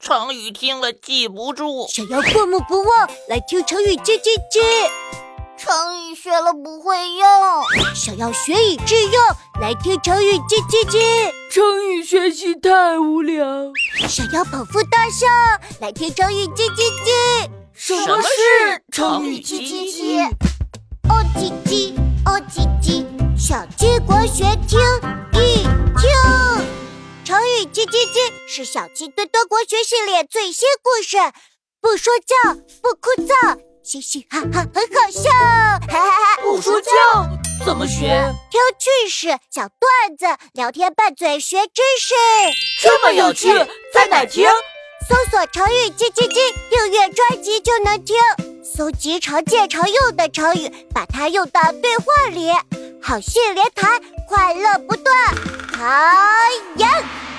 成语听了记不住。想要过目不忘，来听成语接接接；成语学了不会用，想要学以致用，来听成语接接接；成语学习太无聊。想要捧腹大笑，来听成语接接接。什什么是成语叽接叽叽，哦叽叽，哦叽叽，小鸡国学听一听。成语“叽叽叽”是小鸡墩墩国学系列最新故事，不说教，不枯燥，嘻嘻哈哈，很好笑，哈哈哈。不说教怎么学？挑趣事、小段子、聊天拌嘴学知识，这么有趣，在哪听？搜索成语“叽叽叽”，订阅专辑就能听。搜集常见常用的成语，把它用到对话里，好戏连台，快乐不断。唐扬。